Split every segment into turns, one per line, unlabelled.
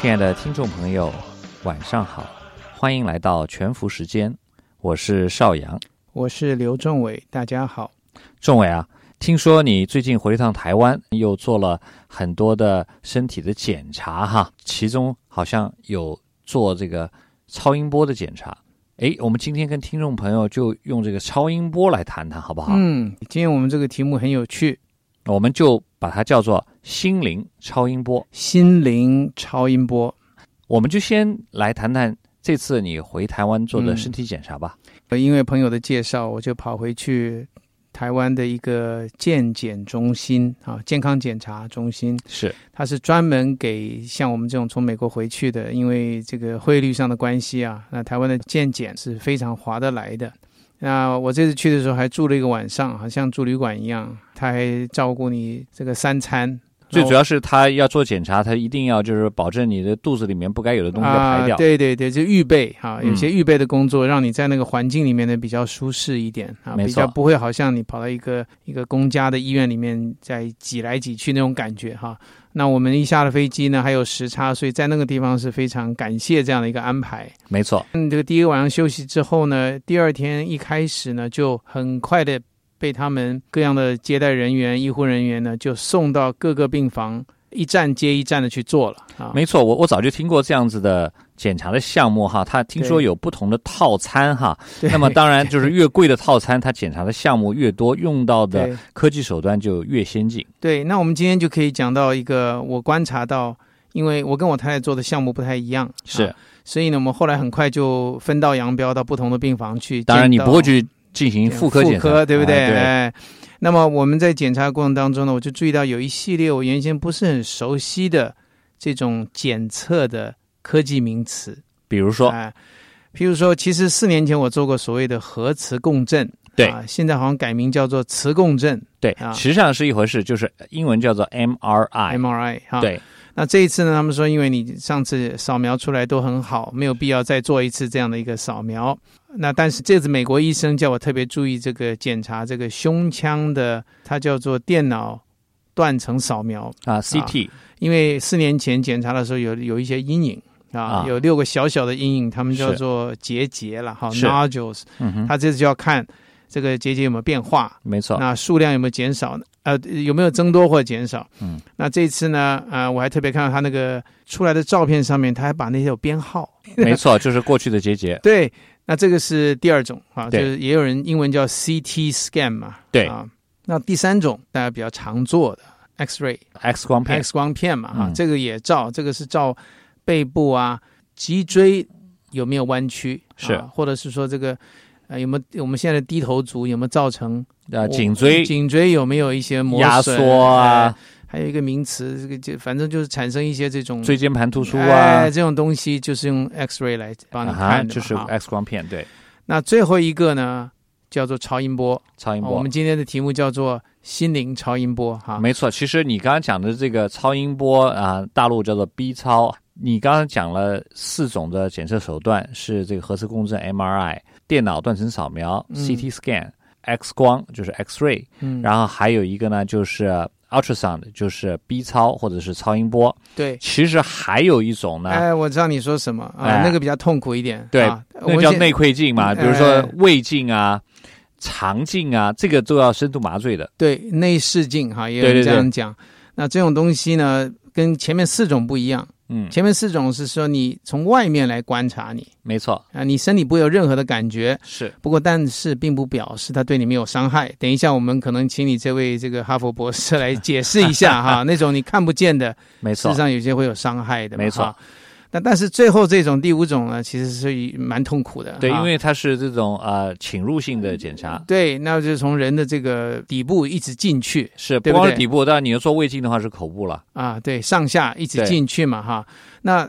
亲爱的听众朋友，晚上好，欢迎来到全福时间，我是邵阳。
我是刘仲伟，大家好。
仲伟啊，听说你最近回了趟台湾，又做了很多的身体的检查哈，其中好像有做这个超音波的检查。诶，我们今天跟听众朋友就用这个超音波来谈谈，好不好？
嗯，今天我们这个题目很有趣，
我们就把它叫做心灵超音波。
心灵超音波。
我们就先来谈谈这次你回台湾做的
嗯
身体检查吧。
呃因为朋友的介绍，我就跑回去台湾的一个健检中心啊，健康检查中心，
是，
它是专门给像我们这种从美国回去的，因为这个汇率上的关系啊，那台湾的健检是非常划得来的。那我这次去的时候还住了一个晚上，好像住旅馆一样，他还照顾你这个三餐。
最
那我
主要是他要做检查，他一定要就是保证你的肚子里面不该有的东西要排掉。
啊。对对对，就预备哈、有些
嗯
预备的工作，让你在那个环境里面呢比较舒适一点啊，
没
比较
错
不会好像你跑到一个一个公家的医院里面在挤来挤去那种感觉哈、那我们一下了飞机呢，还有时差，所以在那个地方是非常感谢这样的一个安排。
没错，
嗯，这个第一个晚上休息之后呢，第二天一开始呢，就很快的被他们各样的接待人员、医护人员呢，就送到各个病房，一站接一站的去做了啊。
没错，我我早就听过这样子的检查的项目哈，他听说
对
有不同的套餐 哈，
对
那么当然就是越贵的套餐，它检查的项目越多，用到的
对啊
科技手段就越先进。
对，那我们今天就可以讲到一个我观察到，因为我跟我太太做的项目不太一样，
是
啊，所以呢，我们后来很快就分道扬镳到不同的病房去。
当然你
见到
不会去进行妇科检
妇
查，
科对不
哎
对？
对，
哎那么我们在检查过程当中呢，我就注意到有一系列我原先不是很熟悉的这种检测的科技名词，
比如说
哎譬如说，其实四年前我做过所谓的核磁共振，
对
啊，现在好像改名叫做磁共振
对，
啊
实际上是一回事，就是英文叫做 MRI，
（MRI） 哈。
哎对，
那这一次呢，他们说因为你上次扫描出来都很好，没有必要再做一次这样的一个扫描。那但是这次美国医生叫我特别注意这个检查这个胸腔的，它叫做电脑断层扫描，
啊 CT，
因为四年前检查的时候有有一些阴影啊
啊，
有六个小小的阴影，他们叫
是
做结节了哈
是
，nodules。
嗯哼，
他这次就要看这个结节有没有变化，
没错，
那数量有没有减少呢？呃，有没有增多或减少？
嗯，
那这次呢？呃，我还特别看到他那个出来的照片上面，他还把那些有编号。
没错，就是过去的结节，
对，那这个是第二种啊，就
对
是也有人英文叫 CT scan 嘛。
对
啊，那第三种大家比较常做的 X-ray
X 光片，
X 光片嘛，啊，
嗯
这个也照，这个是照背部啊、脊椎有没有弯曲，
是
啊或者是说这个。呃，有没有我们现在的低头族有没有造成
呃，
我
颈椎
颈椎有没有一些磨
压
损
缩啊，，
哎还有一个名词，这个就反正就是产生一些这种
椎间盘突出啊
哎，这种东西，就是用 X-ray 来帮你
啊
看的
哈，
嘛、
就是
哈
X 光片，对，
那最后一个呢，叫做超音波。
超音
啊我
波
们。今天的题目叫做心灵超音波哈。
没错，其实你刚刚讲的这个超音波啊、大陆叫做 B 超。你刚刚讲了四种的检测手段，是这个核磁共振 MRI、电脑断层扫描、
嗯
CT scan、X 光，就是 X-ray，
嗯，
然后还有一个呢就是 ultrasound，就是 B 超或者是超音波。
对，
其实还有一种呢，
哎，我知道你说什么
啊
啊，
哎
那个比较痛苦一点。
对
啊、我
那
们
叫
现
内窥镜嘛，
嗯
比如说
哎
胃镜啊、肠镜啊，这个都要深度麻醉的。
对内视镜哈，也有
对对
人这
对
样讲。那这种东西呢，跟前面四种不一样。
嗯，
前面四种是说你从外面来观察你
没错，
啊，你身体不会有任何的感觉，
是
不过，但是并不表示它对你没有伤害。等一下，我们可能请你这位这个哈佛博士来解释一 下哈，那种你看不见的，
没
事
错
实，上有些会有伤害的嘛，
没错
哈。那但是最后这种第五种呢，其实是蛮痛苦的，
对，
哈
因为它是这种呃侵入性的检查，
对，那就是从人的这个底部一直进去
是
对
不
不
光是
对
底部，当然你要做胃镜的话是口部了，
啊，对，上下一直
对
进去嘛哈。那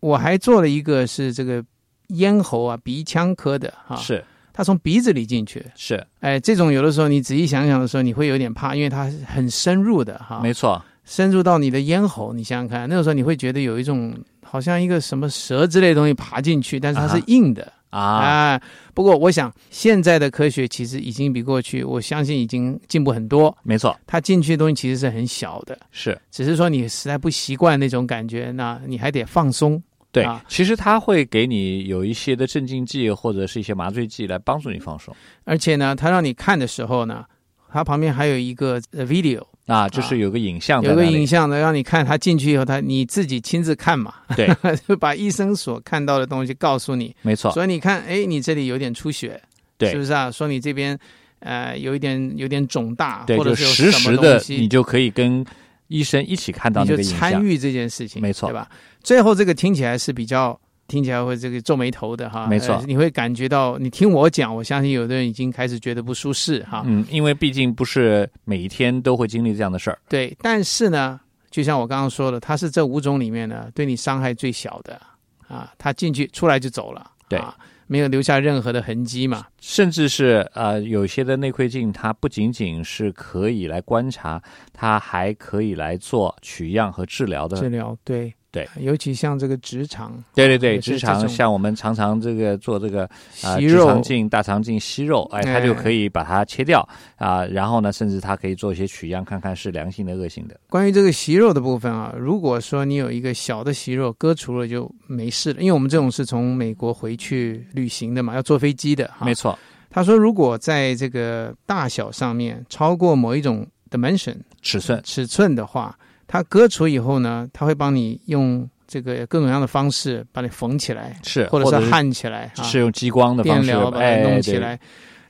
我还做了一个是这个咽喉啊鼻腔科的哈、
是
它从鼻子里进去，
是，
哎，这种有的时候你仔细想想的时候，你会有点怕，因为它很深入的哈，
没错，
深入到你的咽喉，你想想看，那个时候你会觉得有一种好像一个什么蛇之类的东西爬进去，但是它
啊
是
哈
硬的。
啊，
啊，不过我想现在的科学其实已经比过去，我相信已经进步很多。
没错，
它进去的东西其实是很小的，
是
只是说你实在不习惯那种感觉，那你还得放松。
对
啊。
其实它会给你有一些的镇静剂或者是一些麻醉剂来帮助你放松
而且呢，它让你看的时候呢，它旁边还有一个呃 video，
啊，就是
啊
有个影像在
有
那
个
里，
影像呢，让你看它进去以后，它你自己亲自看嘛，
对，
就把医生所看到的东西告诉你。
没错，
所以你看，哎，你这里有点出血，
哦对
是不是啊？说你这边呃有一点有点肿大，
对，
或者
就是
有
实
什
时
么东
的
西
你就可以跟医生一起看到
你
那个
就
影
参
像，
与这件事情，
没错
对吧？最后这个听起来是比较听起来会这个皱眉头的哈，
没错
呃你会感觉到你听我讲，我相信有的人已经开始觉得不舒适哈，
嗯，因为毕竟不是每一天都会经历这样的事儿，
对。但是呢，就像我刚刚说的，它是这五种里面呢对你伤害最小的啊，它进去出来就走了，
对
啊，没有留下任何的痕迹嘛，
甚至是呃，有些的内窥镜，它不仅仅是可以来观察，它还可以来做取样和治疗的
治。疗对
对，
尤其像这个直肠
对对对，
也
直
是这
肠
种
像我们常常这个做这个啊、呃
息
直
肉
肠。镜、大肠镜、息肉，哎，它
哎
就可以把它切掉啊、然后呢，甚至它可以做一些取样，看看是良性的、恶性的。
关于这个息肉的部分啊，如果说你有一个小的息肉割除了就没事了，因为我们这种是从美国回去旅行的嘛，要坐飞机的哈。
没错，
他说，如果在这个大小上面超过某一种 dimension
尺寸
尺寸的话，它割除以后呢，它会帮你用这个各种各样的方式把你缝起来，
是，
或
呃或
者
者
是焊起来，啊
是用激光的方
电
式
疗把它
哎
弄
对
起来。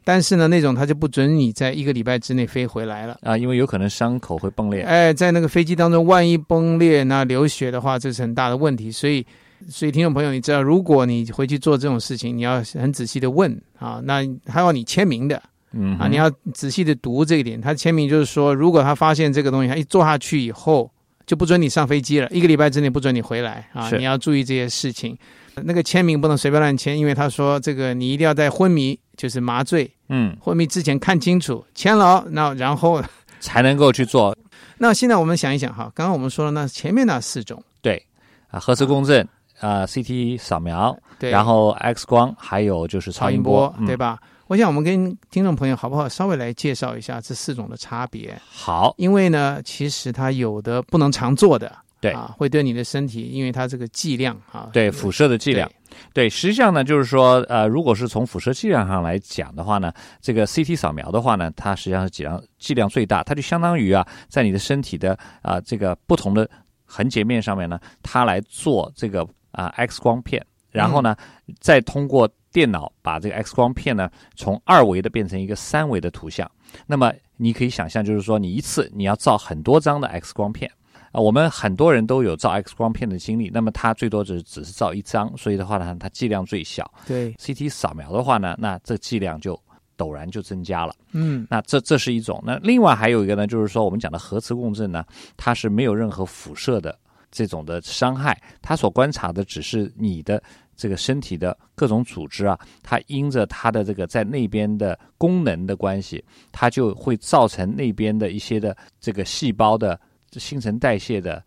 但是呢，那种它就不准你在一个礼拜之内飞回来了。
啊、因为有可能伤口会崩裂。
哎，在那个飞机当中，万一崩裂那流血的话，这是很大的问题。所以，所以听众朋友，你知道，如果你回去做这种事情，你要很仔细的问啊，那还要你签名的
嗯
啊，
哼
你要仔细的读这一点。他签名就是说，如果他发现这个东西，他一做下去以后，就不准你上飞机了，一个礼拜之内不准你回来啊，
是
你要注意这些事情。那个签名不能随便乱签，因为他说这个你一定要在昏迷，就是麻醉
嗯，
昏迷之前看清楚，签了哦，那然后
才能够去做
那现在我们想一想哈，刚刚我们说了那前面那四种，
对，啊，核磁共振啊、c t 扫描，
对，
然后 X 光，还有就是
超
超
音
音
波，
嗯
对吧？我想我们跟听众朋友好不好稍微来介绍一下这四种的差别，
好，
因为呢，其实它有的不能常做的，
对
啊，会对你的身体，因为它这个剂量啊，
对辐射的剂量，对，实际上呢，就是说，呃，如果是从辐射剂量上来讲的话呢，这个 CT 扫描的话呢，它实际上是剂量剂量最大，它就相当于啊，在你的身体的啊、这个不同的横截面上面呢，它来做这个啊、X 光片，然后呢，再通过电脑把这个 X 光片呢从二维的变成一个三维的图像。那么你可以想象，就是说你一次你要照很多张的 X 光片。啊，我们很多人都有照 X 光片的经历，那么它最多只只是照一张，所以的话呢，它剂量最小。
对，
CT 扫描的话呢，那这剂量就陡然就增加了。
嗯，
那这这是一种。那另外还有一个呢，就是说我们讲的核磁共振呢，它是没有任何辐射的这种的伤害，它所观察的只是你的这个身体的各种组织啊，它因着它的这个在那边的功能的关系，它就会造成那边的一些的这个细胞的新陈代谢的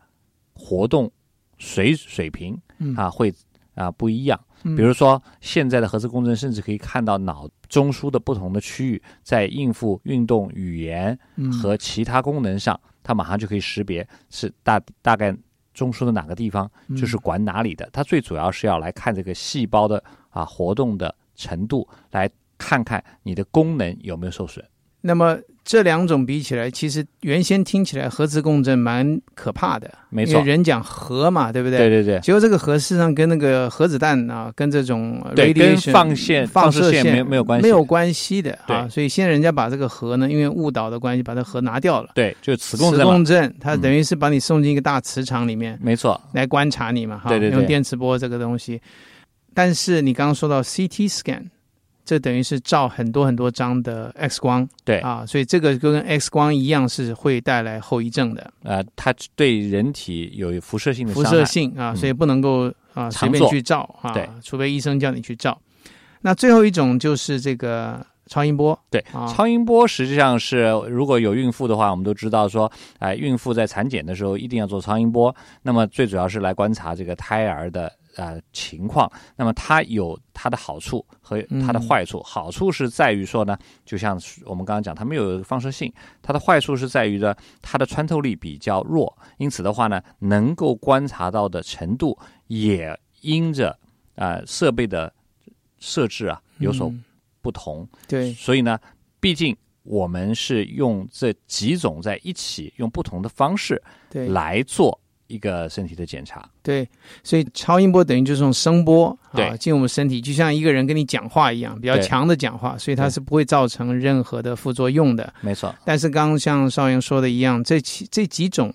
活动水水平
嗯
啊会啊不一样。
嗯
比如说，现在的核磁共振甚至可以看到脑中枢的不同的区域在应付运动、语言
嗯
和其他功能上，它马上就可以识别是大大概中枢的哪个地方，
嗯
就是管哪里的。它最主要是要来看这个细胞的啊活动的程度，来看看你的功能有没有受损。
那么这两种比起来，其实原先听起来核磁共振蛮可怕的，
没错
因为人讲核嘛，对不对？
对对对
结果这个核事实上跟那个核子弹啊，跟这种呃
对，跟
radiation
放线、
放
放
射
射
线
线没有没有关系，
没有关系的啊。
对
所以现在人家把这个核呢，因为误导的关系，把这核拿掉了。
对，就是磁
磁
共振嘛，嗯
它等于是把你送进一个大磁场里面
没错，
来观察你嘛，哈，
对对对
用电磁波这个东西。但是你刚刚说到 CT scan，这等于是照很多很多张的 X 光
对啊、
啊，所以这个就跟 X 光一样是会带来后遗症的，
呃，它对人体有辐射性的
辐
伤害嗯
射性啊，所以不能够啊随
常
便
做
去照啊
对，
除非医生叫你去照。那最后一种就是这个超音波，
对，
啊
超音波实际上是，如果有孕妇的话，我们都知道说，哎、孕妇在产检的时候一定要做超音波。那么最主要是来观察这个胎儿的呃情况。那么它有它的好处和它的坏
嗯
处。好处是在于说呢，就像是我们刚刚讲，它没有放射性。它的坏处是在于呢，它的穿透力比较弱，因此的话呢，能够观察到的程度也因着呃设备的设置啊有所
嗯
不同。
对，
所以呢，毕竟我们是用这几种在一起，用不同的方式
对，
来做一个身体的检查。
对，所以超音波等于就是用声波啊
对
进我们身体，就像一个人跟你讲话一样，比较
对
强的讲话，所以它
对
是不会造成任何的副作用的。
没错，
但是刚刚像邵阳说的一样，这几这几种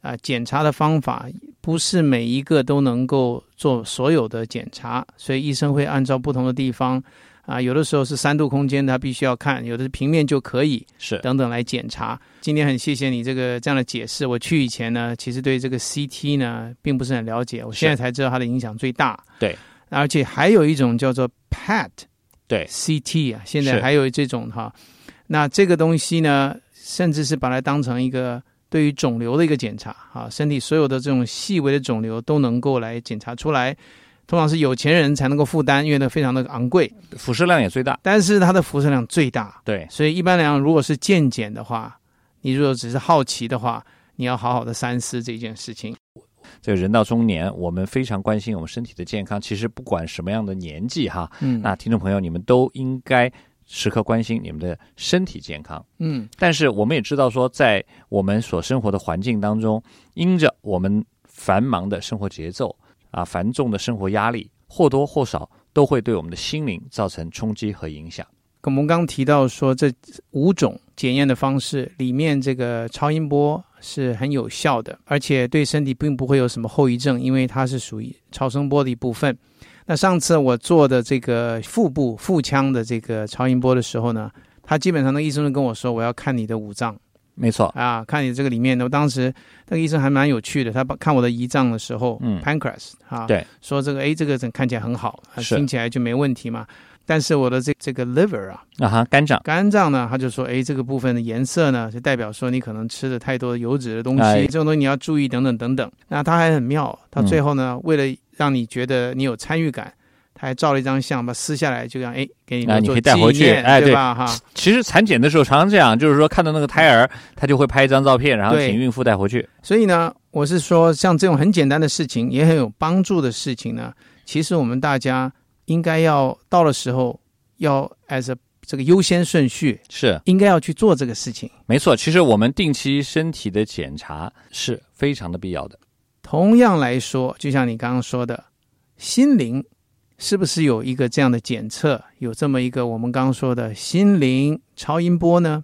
啊、检查的方法，不是每一个都能够做所有的检查，所以医生会按照不同的地方啊、有的时候是三度空间，他必须要看；有的是平面就可以，
是
等等来检查。今天很谢谢你这个这样的解释。我去以前呢，其实对这个 CT 呢并不是很了解，我现在才知道它的影响最大。
对，
而且还有一种叫做 PET
对
CT 啊，现在
是
还有这种哈。那这个东西呢，甚至是把它当成一个对于肿瘤的一个检查啊，身体所有的这种细微的肿瘤都能够来检查出来。通常是有钱人才能够负担，因为它非常的昂贵，
辐射量也最大。
但是它的辐射量最大，
对，
所以一般来讲，如果是健检的话，你如果只是好奇的话，你要好好的三思这件事情。
这个人到中年，我们非常关心我们身体的健康。其实不管什么样的年纪哈，
嗯
那听众朋友你们都应该时刻关心你们的身体健康。
嗯，
但是我们也知道说，在我们所生活的环境当中，因着我们繁忙的生活节奏啊，繁重的生活压力，或多或少都会对我们的心灵造成冲击和影响。
我们刚提到说这五种检验的方式里面，这个超音波是很有效的，而且对身体并不会有什么后遗症，因为它是属于超声波的一部分。那上次我做的这个腹部腹腔的这个超音波的时候呢，他基本上那医生就跟我说，我要看你的五脏。
没错，
啊，看你这个里面的，我当时那个医生还蛮有趣的，他把看我的胰脏的时候、
嗯
p a n c r e a s 啊，
对，
说这个哎，这个人看起来很好，啊
是
听起来就没问题嘛。但是我的这这个 liver 啊，
啊哈，肝脏
肝脏呢，他就说，哎，这个部分的颜色呢，就代表说你可能吃了太多油脂的东西，
哎
这种东西你要注意等等等等。那他还很妙，到最后
嗯
呢，为了让你觉得你有参与感，他还照了一张相，把撕下来，就让哎给你
啊
留
你
作
可以带回
纪
去
念
哎
对
对
吧？哈，
其实产检的时候常常这样，就是说看到那个胎儿，他就会拍一张照片，然后
对
请孕妇带回去。
所以呢，我是说，像这种很简单的事情，也很有帮助的事情呢，其实我们大家应该要到了时候，要 as a 这个优先顺序，
是，
应该要去做这个事情。
没错。其实我们定期身体的检查是非常的必要的。
同样来说，就像你刚刚说的，心灵是不是有一个这样的检测，有这么一个我们刚刚说的心灵超音波呢？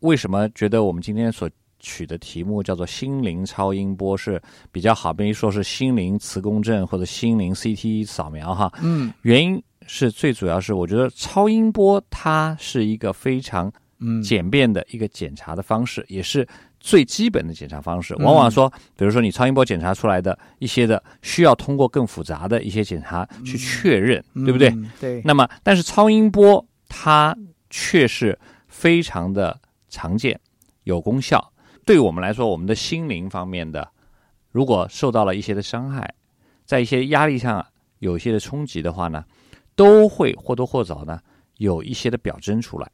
为什么觉得我们今天所取的题目叫做“心灵超音波”是比较好，比如说是心灵磁共振或者心灵 CT 扫描哈？
嗯
原因是最主要是我觉得超音波它是一个非常
嗯，
简便的一个检查的方式，也是最基本的检查方式。
嗯
往往说，比如说你超音波检查出来的一些的，需要通过更复杂的一些检查去确认，对不对？
嗯？对，
那么，但是超音波它却是非常的常见，有功效。对我们来说，我们的心灵方面的，如果受到了一些的伤害，在一些压力上啊有一些的冲击的话呢，都会或多或少呢有一些的表征出来。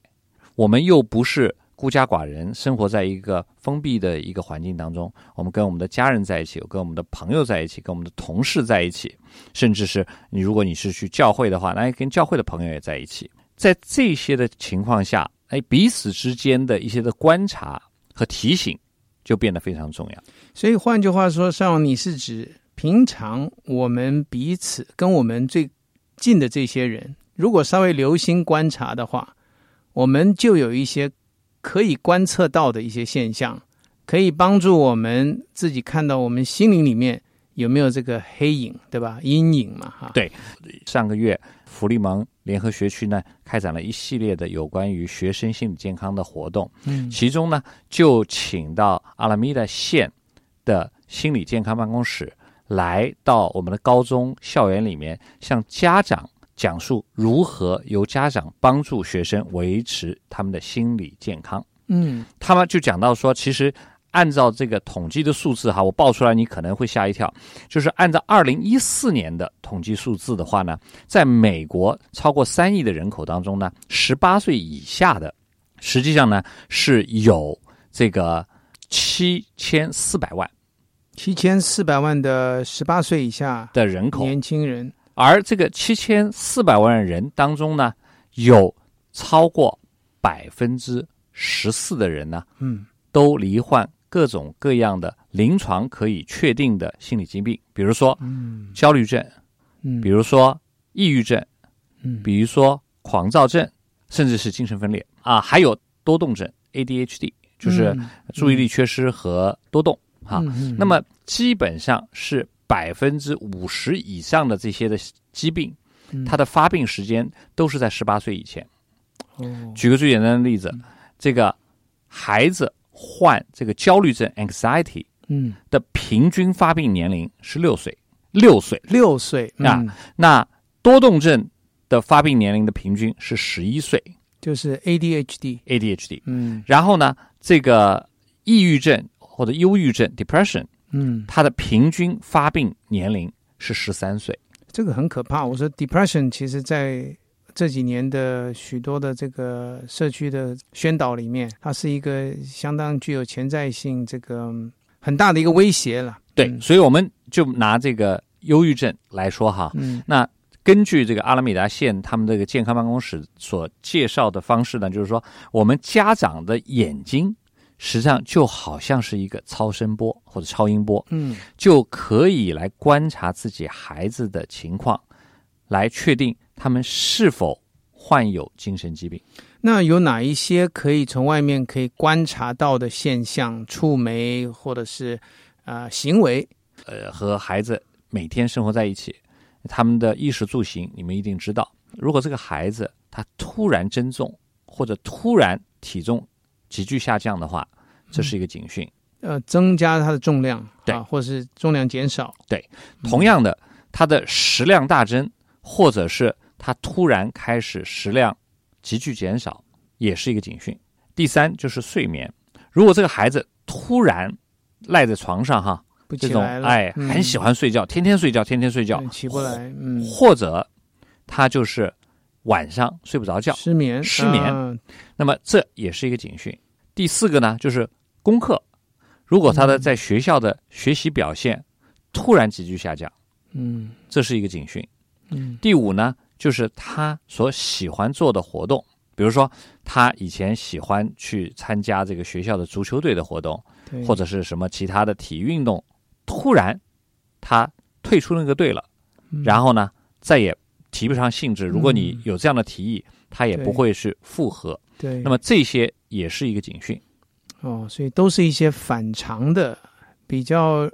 我们又不是孤家寡人，生活在一个封闭的一个环境当中，我们跟我们的家人在一起，跟我们的朋友在一起，跟我们的同事在一起，甚至是你如果你是去教会的话，那跟教会的朋友也在一起。在这些的情况下，哎，彼此之间的一些的观察和提醒就变得非常重要。
所以换句话说，上你是指平常我们彼此跟我们最近的这些人，如果稍微留心观察的话，我们就有一些可以观测到的一些现象，可以帮助我们自己看到我们心灵里面有没有这个黑影，对吧？阴影嘛，哈。
对上个月福利盟联合学区呢，开展了一系列的有关于学生心理健康的活动。
嗯
其中呢，就请到阿拉米达县的心理健康办公室来到我们的高中校园里面，向家长讲述如何由家长帮助学生维持他们的心理健康。
嗯
他们就讲到说，其实按照这个统计的数字哈，我报出来你可能会吓一跳，就是按照二零一四年的统计数字的话呢，在美国超过三亿的人口当中呢，十八岁以下的，实际上呢是有这个七千四百万
七千四百万的十八岁以下
的人口，
年轻人，
而这个七千四百万人当中呢，有超过百分之十四的人呢
嗯
都罹患各种各样的临床可以确定的心理疾病，比如说
嗯
焦虑症，
嗯，
比如说抑郁症，
嗯
比如说狂躁症，甚至是精神分裂啊，还有多动症 （ADHD），就是
嗯
注意力缺失和多动啊哈、
嗯嗯
那么基本上是百分之五十以上的这些的疾病，
嗯
它的发病时间都是在十八岁以前。
哦嗯
举个最简单的例子，这个孩子患这个焦虑症 （anxiety）
嗯
的平均发病年龄是六岁，六岁。
六岁
啊
嗯
那多动症的发病年龄的平均是十一岁
就是 ADHD，
（ADHD）。
嗯
然后呢，这个抑郁症或者忧郁症 （depression），
嗯，
它的平均发病年龄是十三岁。
这个很可怕。我说 depression，其实在这几年的许多的这个社区的宣导里面，它是一个相当具有潜在性、这个嗯很大的一个威胁了。
对，
嗯
所以我们就拿这个忧郁症来说哈，
嗯
那根据这个阿拉米达县他们这个健康办公室所介绍的方式呢，就是说我们家长的眼睛实际上就好像是一个超声波或者超音波，
嗯
就可以来观察自己孩子的情况，来确定他们是否患有精神疾病。
那有哪一些可以从外面可以观察到的现象、触媒或者是啊、呃行为？
呃，和孩子每天生活在一起，他们的衣食住行你们一定知道。如果这个孩子他突然增重或者突然体重急剧下降的话，这是一个警讯。
呃，增加它的重量，
对
啊，或者是重量减少，
对
嗯，
同样的，他的食量大增，或者是他突然开始食量急剧减少，也是一个警讯。第三就是睡眠，如果这个孩子突然赖在床上哈，
不起
这种
来了，
哎
嗯
很喜欢睡觉，天天睡觉，天天睡觉
对，起不来，嗯，
或者他就是晚上睡不着觉，
失眠，
失眠
啊
那么这也是一个警讯。第四个呢，就是功课，如果他的
嗯
在学校的学习表现突然急剧下降，
嗯
这是一个警讯。
嗯
第五呢，就是他所喜欢做的活动，比如说他以前喜欢去参加这个学校的足球队的活动，
对，
或者是什么其他的体育运动，突然他退出那个队了。
嗯
然后呢，再也提不上兴致。如果你
嗯
有这样的提议，他也
对
不会是附和。
对，
那么这些也是一个警讯。
哦，所以都是一些反常的，比较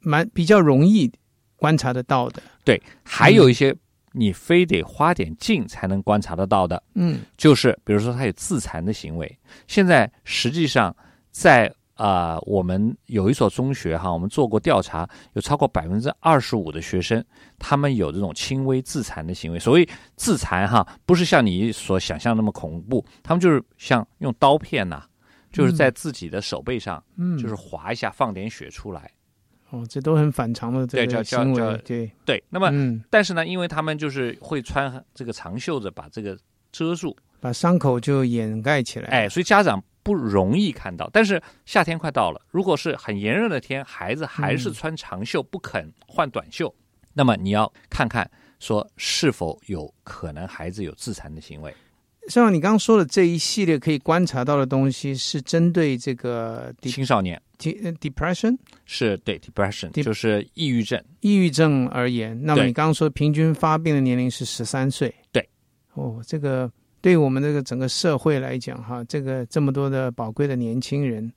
蛮比较容易观察得到的，
对，还
嗯
有一些你非得花点劲才能观察得到的，
嗯
就是比如说他有自残的行为。现在实际上在啊、呃我们有一所中学哈，我们做过调查，有超过百分之二十五的学生，他们有这种轻微自残的行为。所谓自残哈，不是像你所想象那么恐怖，他们就是像用刀片呐、就是在自己的手背上，
嗯，
就是划一下，放点血出来。
哦，这都很反常的这
对
个
叫叫
行
叫
为，对，
对，那么
嗯，
但是呢，因为他们就是会穿这个长袖子把这个遮住，
把伤口就掩盖起来，
哎，，所以家长不容易看到。但是夏天快到了，如果是很炎热的天，孩子还是
嗯
穿长袖不肯换短袖，那么你要看看说是否有可能孩子有自残的行为。
像你刚刚说的这一系列可以观察到的东西，是针对这个 de
青少年
de- 呃 depression
是对 depression，
Dep-
就是抑郁症。
抑郁症而言。那么
对
你刚刚说平均发病的年龄是十三岁，
对，
哦，这个对我们这个整个社会来讲，哈，这个这么多的宝贵的年轻人，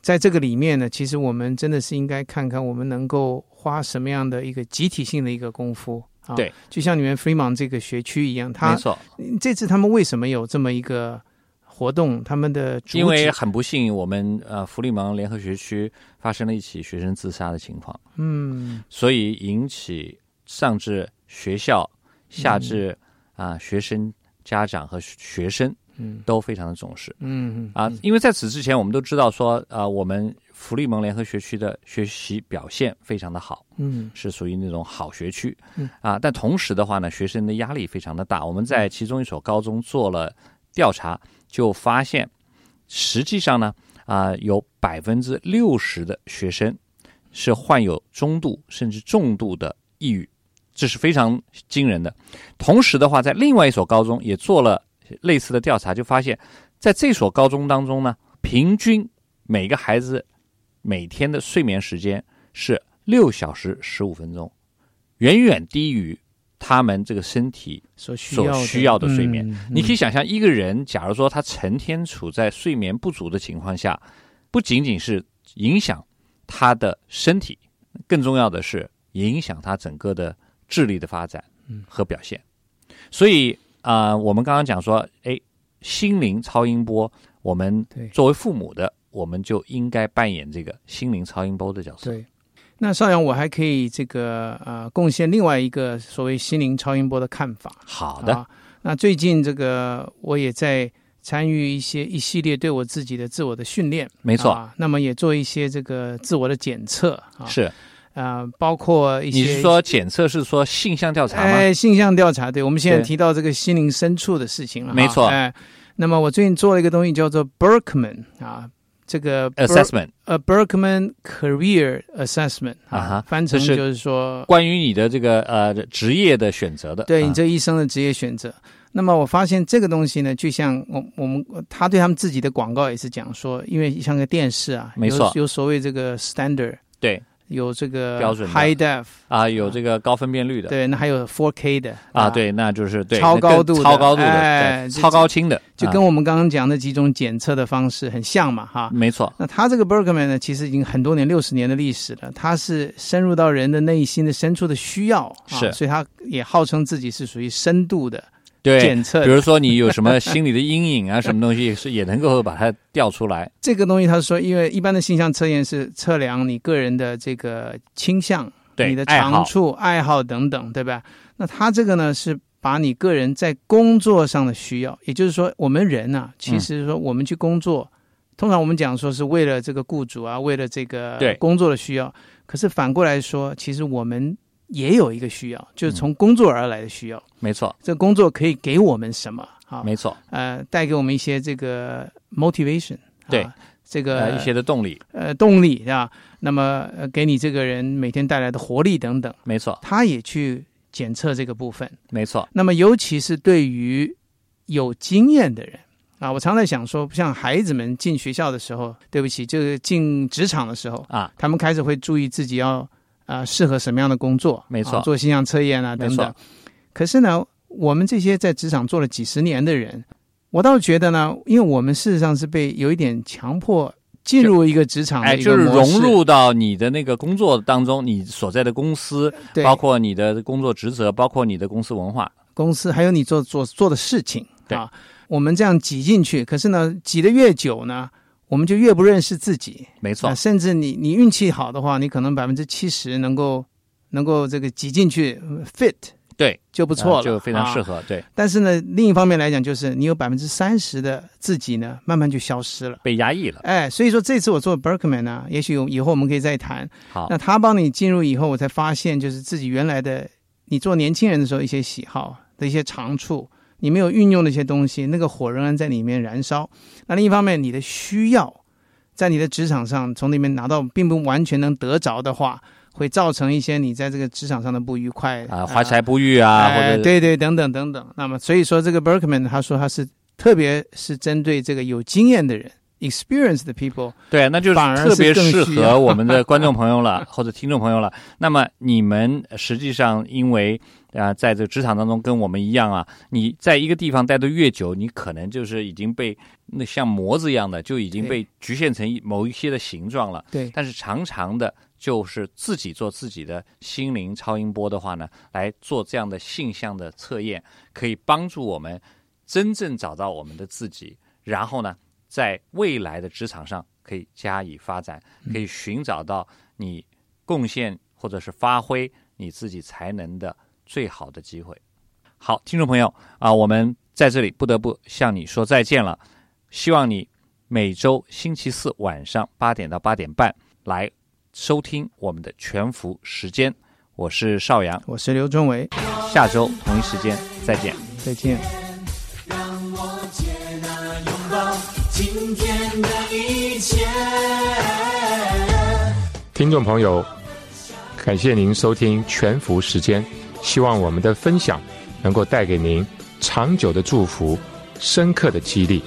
在这个里面呢，其实我们真的是应该看看我们能够花什么样的一个集体性的一个功夫啊。
对，
就像你们 Fremont 这个学区一样，
没
它
错，
这次他们为什么有这么一个活动？他们的主旨
因为很不幸，我们呃弗利芒联合学区发生了一起学生自杀的情况，
嗯
所以引起上至学校，下至啊、学生、家长和学学生
嗯
都非常的重视。
嗯
啊，因为在此之前，我们都知道说，啊，我们福利盟联合学区的学习表现非常的好，
嗯
是属于那种好学区
嗯，
啊，但同时的话呢，学生的压力非常的大。我们在其中一所高中做了调查，就发现，实际上呢，啊，有百分之六十的学生是患有中度甚至重度的抑郁，这是非常惊人的。同时的话，在另外一所高中也做了类似的调查，就发现，在这所高中当中呢，平均每个孩子每天的睡眠时间是六小时十五分钟，远远低于他们这个身体。
所需
所
要
需要的睡眠，
嗯
你可以想象，一个人假如说他成天处在睡眠不足的情况下，不仅仅是影响他的身体，更重要的是影响他整个的智力的发展
嗯
和表现。所以啊、呃我们刚刚讲说，哎，心灵超音波，我们
对
作为父母的，我们就应该扮演这个心灵超音波的角色。
对。那邵阳，我还可以这个呃贡献另外一个所谓心灵超音波的看法。
好的，
啊。那最近这个我也在参与一些一系列对我自己的自我的训练，
没错，
啊。那么也做一些这个自我的检测啊，
是。
啊、包括一些
你是说检测是说性向调查吗？
哎性向调查？对，我们现在
对
提到这个心灵深处的事情了哈，
没错
哎，那么我最近做了一个东西叫做 Berkman 啊。这个 Ber-
assessment
呃 Berkman Career Assessment 啊，
啊哈
翻成
这是
就是说
关于你的这个呃职业的选择的，
对
啊
你这一生的职业选择。那么我发现这个东西呢，就像我我们他对他们自己的广告也是讲说，因为像个电视啊，
没错
有有所谓这个 standard，
对
有这个
标准的
high def，
啊有这个高分辨率的
对，那还有 4K 的
啊，，对，那就是对
超高度
那更
的
超高度的，
哎
对
这
超高清的，
就
啊
跟我们刚刚讲的几种检测的方式很像嘛，哈。
没错，
那他这个 Bergman 呢，其实已经很多年，六十年的历史了。他是深入到人的内心的深处的需要，啊、
是
所以他也号称自己是属于深度的
对。
检测
比如说你有什么心理的阴影啊，什么东西是也能够把它调出来，
这个东西，他说，因为一般的性向测验是测量你个人的这个倾向、
对，
你的
爱好
长处、爱好等等，对吧？那他这个呢，是把你个人在工作上的需要，也就是说，我们人啊，
嗯
其实说我们去工作，通常我们讲说是为了这个雇主啊，为了这个
对
工作的需要。可是反过来说，其实我们也有一个需要，就是
嗯
从工作而来的需要。
没错，
这工作可以给我们什么啊？
没错，
呃，带给我们一些这个 motivation，、啊、
对
这个、
呃，一些的动力，
呃动力是吧？那么、呃、给你这个人每天带来的活力等等，
没错，
他也去检测这个部分。
没错，
那么尤其是对于有经验的人啊，我常在想说，像孩子们进学校的时候，对不起，就是进职场的时候，
啊，
他们开始会注意自己要啊、呃适合什么样的工作，
没错
啊做形象测验啊
没
等
错
等。可是呢，我们这些在职场做了几十年的人，我倒觉得呢，因为我们事实上是被有一点强迫进入一个职场
哎，
啊的一
就
个
是
模式
融入到你的那个工作当中，你所在的公司，
对
包括你的工作职责，包括你的公司文化，
公司，还有你做做做的事情
对
啊。我们这样挤进去，可是呢，挤得越久呢，我们就越不认识自己。
没错
啊，甚至你你运气好的话，你可能百分之七十能够能够这个挤进去呃 fit
对，
就
不
不错了，
啊
啊
就非常适
合。
合，对，
但是呢，另一方面来讲，就是你有百分之三十的自己呢，慢慢就消失了。
被压抑了。
哎，所以说这次我做 Berkman 呢、也许有以后我们可以再谈。
好
那，他帮你进入以后，我才发现，就是自己原来的你做年轻人的时候一些喜好的一些长处，你没有运用的一些东西，那个火仍然在里面燃烧。那另一方面，你的需要在你的职场上从里面拿到，并不完全能得着的话，会造成一些你在这个职场上的不愉快
啊，怀才不遇啊，或
哎
者
对对等等等等。那么所以说，这个 Berkman 他说他是特别是针对这个有经验的人，experienced people，
对，那就是
反而
特别
是更
适
需要
合我们的观众朋友了，或者听众朋友了。那么你们实际上因为啊、呃在这个职场当中跟我们一样啊，你在一个地方待得越久，你可能就是已经被那像模子一样的，就已经
对
被局限成一某一些的形状了。
对
但是常常的就是自己做自己的心灵超音波的话呢，来做这样的性向的测验，可以帮助我们真正找到我们的自己，然后呢，在未来的职场上可以加以发展，可以寻找到你贡献或者是发挥你自己才能的最好的机会。好，听众朋友啊，我们在这里不得不向你说再见了。希望你每周星期四晚上八点到八点半来收听我们的全幅时间。我是邵阳，
我是刘忠伟，
下周同一时间再见。
再见。
让我接纳拥抱今天的一切。
听众朋友，感谢您收听全福时间，希望我们的分享能够带给您长久的祝福、深刻的激励，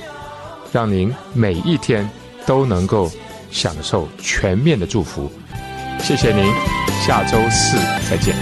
让您每一天都能够享受全面的祝福。谢谢您，下周四再见。